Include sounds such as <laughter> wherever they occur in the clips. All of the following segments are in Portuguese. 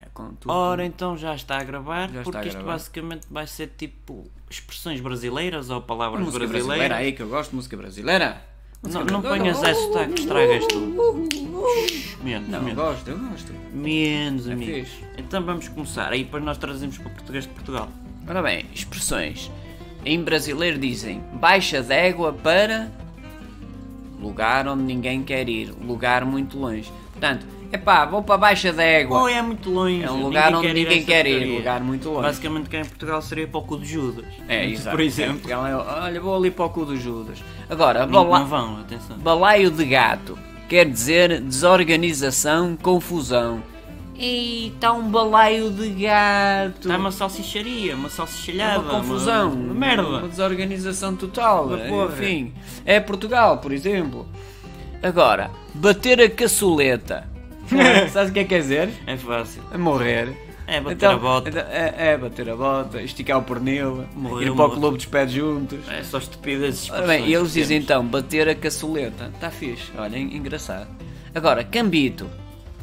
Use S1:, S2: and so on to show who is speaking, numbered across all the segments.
S1: É, tudo.
S2: Ora, então já está a gravar,
S1: Já está
S2: porque
S1: a
S2: isto
S1: gravar.
S2: basicamente vai ser tipo expressões brasileiras ou palavras
S1: música brasileira. é
S2: brasileiras.
S1: aí que eu gosto de música brasileira.
S2: Não, não ponhas esse sotaque, estragas tudo. Menos,
S1: Não, eu
S2: menos.
S1: gosto, eu gosto.
S2: Menos, amigos.
S1: fixe.
S2: Então vamos começar. Aí depois nós trazemos para o português de Portugal.
S1: Ora bem, expressões. Em brasileiro dizem baixa d'égua para lugar onde ninguém quer ir, lugar muito longe. Portanto, epá, vou para baixa d'égua.
S2: Ou é muito longe.
S1: É um lugar onde
S2: a
S1: ninguém
S2: essa
S1: quer ir,
S2: porcaria.
S1: lugar muito longe.
S2: Basicamente, cá em Portugal seria para o cu de Judas.
S1: É, exato.
S2: <laughs> Por exemplo.
S1: Ela é, olha, vou ali para o cu do Judas. Agora,
S2: Não,
S1: bala-
S2: não vão, atenção.
S1: balaio de gato quer dizer desorganização, confusão. E está um balaio de gato.
S2: Está uma salsicharia, uma
S1: É
S2: salsichalhada.
S1: uma confusão,
S2: Tá Uma, uma
S1: uma
S2: merda.
S1: desorganização total.
S2: Uma porra.
S1: Enfim, é Portugal, por exemplo. Agora, bater a
S2: <laughs>
S1: caçuleta. Sabes o que é que quer dizer?
S2: É fácil.
S1: A morrer.
S2: É bater a bota.
S1: então, é, é bater a bota, esticar o pernil,
S2: Morrer
S1: ir
S2: o
S1: para o
S2: morto.
S1: clube dos pés juntos.
S2: É só estupidez
S1: Ora bem, eles dizem então bater a caçuleta. Está fixe, olha, en- engraçado. Agora, cambito.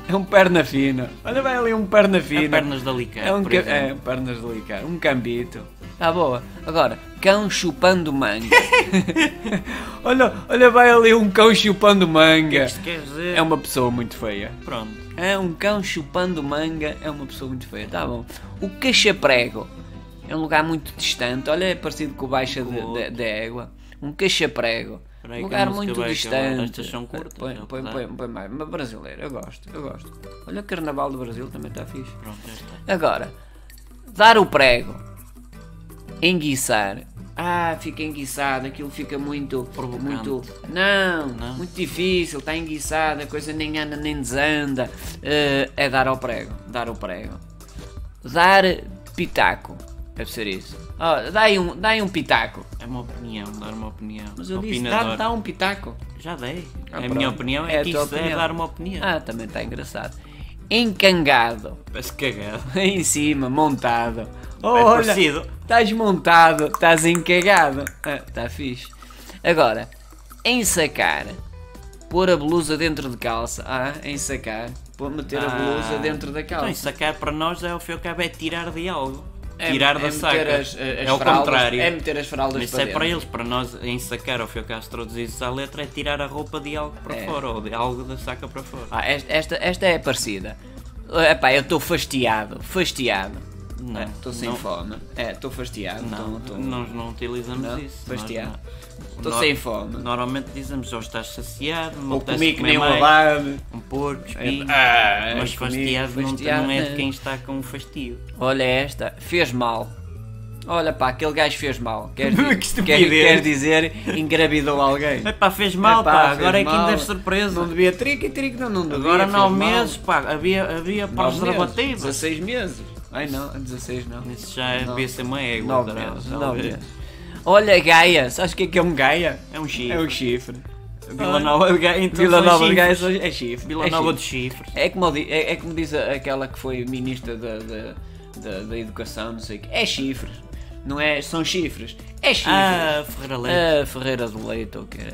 S1: É um perna fina. Olha bem ali um perna fina.
S2: pernas de alicate,
S1: É um
S2: por
S1: ca-
S2: exemplo.
S1: é, pernas de alicate. Um cambito. Está Tá boa. Agora, cão chupando manga. <laughs> olha, olha bem ali um cão chupando manga.
S2: Isto quer dizer.
S1: É uma pessoa muito feia.
S2: Pronto.
S1: É um cão chupando manga, é uma pessoa muito feia, tá bom. O cachaprego é um lugar muito distante, olha, é parecido com o Baixa de,
S2: o
S1: de,
S2: outro.
S1: de Égua. Um cachaprego,
S2: Espera aí
S1: um
S2: que a
S1: lugar
S2: música
S1: muito
S2: vai acabar,
S1: distante.
S2: estas são curtas,
S1: põe,
S2: não
S1: põe,
S2: dá.
S1: põe, põe mais, mas brasileiro, eu gosto, eu gosto. Olha, o Carnaval do Brasil também está fixe.
S2: Pronto, já está.
S1: Agora, dar o prego, enguiçar. Ah, fica enguiçado, aquilo fica muito.
S2: Provocante.
S1: muito Não,
S2: Não?
S1: muito difícil, está enguiçado, a coisa nem anda nem desanda. Eh, é dar ao prego, dar o prego. Dar pitaco, deve ser isso. Ó, dá, aí um, dá aí um pitaco.
S2: É uma opinião, dar uma opinião.
S1: Mas eu disse, dá,
S2: Opinador.
S1: dá um pitaco.
S2: Já dei.
S1: Ah,
S2: a
S1: pronto.
S2: minha opinião
S1: É
S2: é,
S1: a
S2: que
S1: tua
S2: isso é
S1: opinião.
S2: dar uma opinião.
S1: Ah, também está engraçado. Encangado.
S2: Parece cagado.
S1: <laughs> em cima, montado.
S2: É
S1: olha,
S2: parecido.
S1: Estás montado, estás encagado. Está fixe. Agora, ensacar. Pôr a blusa dentro de calça. Ah, ensacar. Pôr meter a blusa dentro da
S2: Ah, Então, e
S1: calça.
S2: sacar para nós é o que acaba é tirar de algo.
S1: É-
S2: tirar
S1: é
S2: da
S1: meter
S2: saca.
S1: as- as
S2: é o
S1: fraldas-
S2: contrário.
S1: é meter as fraldas
S2: Mas Isso
S1: para
S2: é para
S1: dentro.
S2: eles, para nós em sacar, ao fio que traduzir à letra, é tirar a roupa de algo para
S1: É.
S2: fora, ou de algo da saca para fora.
S1: Ah, esta, esta, esta é parecida. Ah, Epá, eu estou fastiado. Fastiado.
S2: Não,
S1: Estou sem
S2: não.
S1: fome. É, estou fastiado.
S2: não,
S1: tô- tô-
S2: Então, nós não utilizamos
S1: então, Não?
S2: isso.
S1: Vais
S2: nós
S1: tirar.
S2: não.
S1: Estou
S2: Nor-
S1: sem fome.
S2: Normalmente dizemos ou estás saciado, não
S1: Ou
S2: apetece
S1: comi que
S2: comer
S1: nem uma
S2: mais,
S1: baba.
S2: um porco, espinho.
S1: Ah,
S2: mas
S1: comi
S2: é, fastiado, não-
S1: fastiado,
S2: não é de
S1: não.
S2: quem está com um fastio.
S1: Olha esta, fez mal. Olha pá, aquele gajo fez mal. <laughs> Quer,
S2: Que
S1: di- quer,
S2: estupidez.
S1: quer dizer, engravidou alguém.
S2: Epá, fez mal, É pá,
S1: fez
S2: agora é que
S1: mal.
S2: ainda é
S1: <laughs>
S2: surpresa.
S1: Não devia trigo e trigo, não, não devia.
S2: Agora
S1: fez
S2: nove
S1: mal.
S2: meses, pá, havia, havia para os
S1: Nove meses,
S2: derrotativos.
S1: 16 meses. Ai não, 16 não.
S2: Isso já é- devia ser uma égua,
S1: 9
S2: caralho,
S1: meses,
S2: talvez.
S1: nove meses. Olha Gaia, sabes o que é que é um Gaia?
S2: É um chifre.
S1: É um chifre.
S2: Vila Nova de Gaia, então
S1: Vila
S2: são
S1: Nova de Gaia
S2: chifres.
S1: só- é chifre.
S2: Vila
S1: é
S2: Nova
S1: chifre.
S2: dos Chifres.
S1: É como, di- é, é como diz a- aquela que foi ministra da, da, da, da Educação, não sei o quê. É chifres. Não é? São chifres. É chifres.
S2: Ah, Ferreira Leite.
S1: Ah, Ferreira do Leite, ou o que era.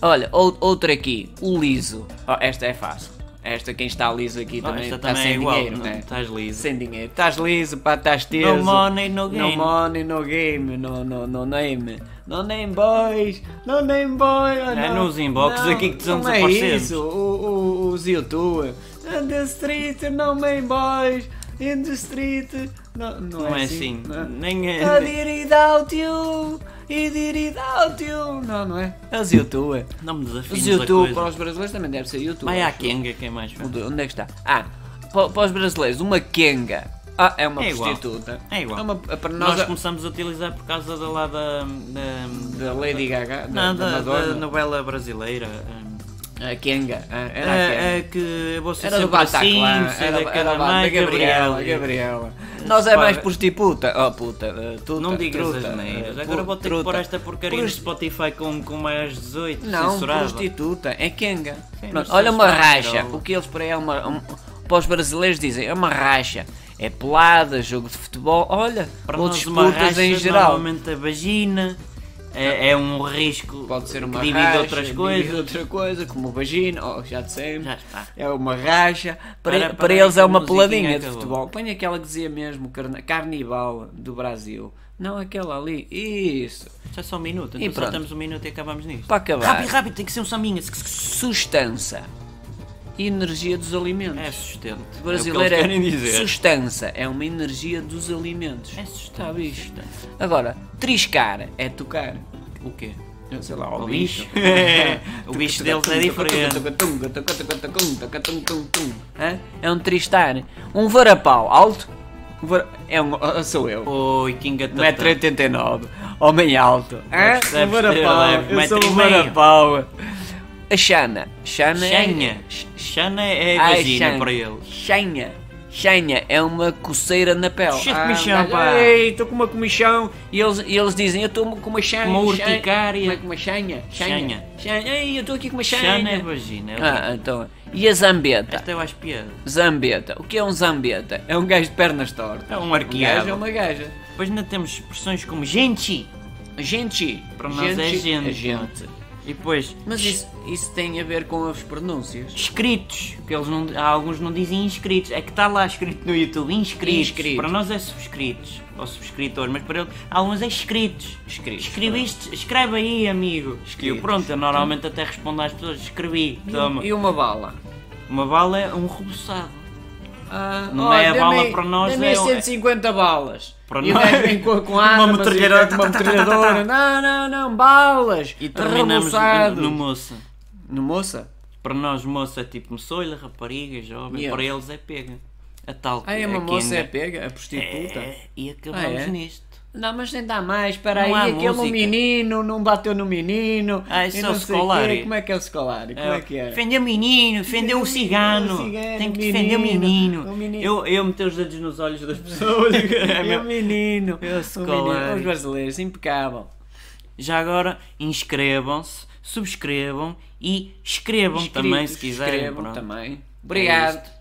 S1: Olha, ou- outra aqui. O liso. Oh, esta é fácil. Esta, quem está liso aqui
S2: Ah,
S1: também
S2: esta
S1: está
S2: também é
S1: sem
S2: igual,
S1: dinheiro,
S2: não?
S1: né?
S2: Estás liso.
S1: Sem dinheiro. Estás liso, pá, estás teso.
S2: No money, no game.
S1: No money, no game. No, no, no name. No name, boys. No name, boy. Oh,
S2: É
S1: não.
S2: nos inbox
S1: Não,
S2: aqui que
S1: não é
S2: desaparecemos.
S1: isso. O- o- os YouTube. And the street, no main boys. In the street. Não, não,
S2: Não é assim.
S1: não.
S2: Nem
S1: I
S2: <laughs> é.
S1: did it without you. I did it without you. Não, não é? É os YouTube.
S2: Não me desafies
S1: Os
S2: da
S1: YouTube para
S2: coisa.
S1: os brasileiros também deve ser YouTube.
S2: Vai à
S1: acho eu.
S2: Kenga, quem mais vai?
S1: Onde onde é que está? Ah, pa- para os brasileiros, uma Kenga. Ah, é uma
S2: É igual.
S1: prostituta.
S2: É igual.
S1: uma, para nós,
S2: Nós começamos a utilizar por causa da lá da. da
S1: da Lady Gaga, da,
S2: não,
S1: da
S2: da,
S1: Madonna.
S2: da novela brasileira. hum.
S1: A Kenga. ah, era a Kenga.
S2: É, é que você
S1: Era do
S2: sempre assim,
S1: Bataclan,
S2: você
S1: era,
S2: da
S1: era,
S2: cada
S1: da- da
S2: mais,
S1: Gabriela,
S2: Gabriel.
S1: Gabriela. Nós é
S2: Pá,
S1: mais prostituta. Oh puta, eh, tuta,
S2: Não digas
S1: truta,
S2: as
S1: eh,
S2: neiras.
S1: pu-
S2: Agora vou ter que
S1: truta.
S2: pôr esta porcaria no
S1: Prost-
S2: Spotify com, com mais 18,
S1: Não,
S2: censurada.
S1: prostituta, é Kenga.
S2: Sim,
S1: Pronto,
S2: mas
S1: olha
S2: isso
S1: uma
S2: é
S1: racha,
S2: espanhol.
S1: o que eles para aí é uma. Um, para os brasileiros dizem, é uma racha. É pelada, jogo de futebol, olha,
S2: Para
S1: ou
S2: nós uma
S1: disputas
S2: racha,
S1: em geral.
S2: normalmente a vagina, É, é um risco
S1: Pode ser uma
S2: que divide
S1: racha,
S2: outras
S1: divide
S2: coisas.
S1: outra coisa, como vagina, oh, já dissemos.
S2: Já está.
S1: É uma racha. Para,
S2: Ora,
S1: para
S2: para
S1: eles
S2: aí,
S1: é
S2: a
S1: uma
S2: musiquinha
S1: peladinha de
S2: acabou.
S1: futebol. Põe aquela que dizia mesmo, carna- Carnival do Brasil. Não aquela ali. Isso.
S2: Já só um minuto,
S1: E
S2: então
S1: pronto.
S2: só temos um minuto e acabamos nisto.
S1: Para acabar.
S2: Rápido, rápido, tem que ser um saminha.
S1: Sustância. Energia dos alimentos.
S2: É sustento.
S1: brasileira
S2: é o que eles querem dizer.
S1: sustância. É uma energia dos alimentos.
S2: É
S1: Tá
S2: sustento.
S1: bicho. Agora, triscar é tocar.
S2: O quê?
S1: Eu sei lá, o
S2: O
S1: bicho.
S2: bicho.
S1: <laughs>
S2: O bicho deles é diferente.
S1: Hã? É um tristar. Um varapau alto. Um vara- É um. ah, Sou eu.
S2: Oi, Kinga Tata.
S1: 1,89m. Homem alto. Hã?
S2: Deves-
S1: Um
S2: deves ter,
S1: varapau.
S2: deve,
S1: Eu
S2: metro
S1: sou
S2: e
S1: um
S2: meio.
S1: varapau. A Xana. Xana é-
S2: Xanha. Xana é
S1: Ai,
S2: vagina
S1: Xana.
S2: para eles.
S1: Xanha. Xanha é uma coceira na pele. Ah,
S2: Cheio de comichão,
S1: mas-
S2: pá.
S1: Ei, estou com uma comichão. E eles, e eles dizem, eu estou com uma xanha.
S2: Uma
S1: xanha.
S2: urticária.
S1: Como é que uma xanha? Xanha.
S2: Xanha.
S1: Xanha. Ei, eu estou aqui com uma xanha.
S2: Xana é vagina. é o quê?
S1: Ah, então. E a zambeta?
S2: Esta eu acho piada.
S1: Zambeta. O que é um zambeta? É um gajo de pernas tortas.
S2: É um
S1: Um gajo é
S2: arqueado.
S1: uma gaja.
S2: Depois ainda temos expressões como gente.
S1: Gente.
S2: Para nós é gente.
S1: gente.
S2: E depois
S1: Mas isso, isso tem a ver com as pronúncias?
S2: inscritos, que eles não, há alguns não dizem inscritos, é que está lá escrito no YouTube, inscritos.
S1: Inscritos.
S2: Para nós é subscritos, ou subscritores, mas para eles, há alguns é inscritos.
S1: Inscritos,
S2: Escreviste, escreve aí, amigo. E
S1: Inscritos.
S2: eu, pronto, eu normalmente até respondo às pessoas, escrevi, toma.
S1: E uma bala?
S2: Uma bala é um reboçado.
S1: Ah,
S2: Não
S1: olha,
S2: é a bala
S1: dê-me-
S2: para nós,
S1: dê-me
S2: é
S1: aí
S2: um-
S1: 150 balas.
S2: Para
S1: e o
S2: nós-
S1: gajo vem com, com
S2: Uma
S1: armas,
S2: metralhadora,
S1: e vem com uma
S2: tá, tá, tá, tá, tá,
S1: metralhadora. Não, não, não, balas.
S2: E terminamos
S1: Arremessado.
S2: no, no moça.
S1: No moça?
S2: Para nós moça é tipo moçoila, rapariga, jovem,
S1: E
S2: para
S1: eles?
S2: eles é pega. A tal que
S1: Ah, é uma
S2: aqui
S1: moça, é
S2: ainda-
S1: pega, a prostituta.
S2: É, e acabamos
S1: Ah, é?
S2: nisto.
S1: Não, mas nem dá mais, para aí,
S2: Não há
S1: aquele
S2: música.
S1: menino não bateu no menino.
S2: Ah,
S1: e
S2: isso é
S1: não
S2: o
S1: sei quê.
S2: Scolari.
S1: Como é que é o escolar? Como é que era?
S2: Defendeu o menino, defendeu o cigano.
S1: o cigano,
S2: Tem que
S1: o
S2: defender o
S1: menino,
S2: menino.
S1: o menino.
S2: Eu, eu meter os dedos nos olhos das pessoas.
S1: <laughs>
S2: <laughs> <laughs>
S1: E
S2: É
S1: o
S2: meu-
S1: menino.
S2: É o
S1: o menino.
S2: Scolari.
S1: Os brasileiros, impecável.
S2: Já agora, inscrevam-se, subscrevam e escrevam também se
S1: Inscritos,
S2: quiserem.
S1: escrevam
S2: pronto.
S1: também.
S2: É
S1: Obrigado.
S2: isto.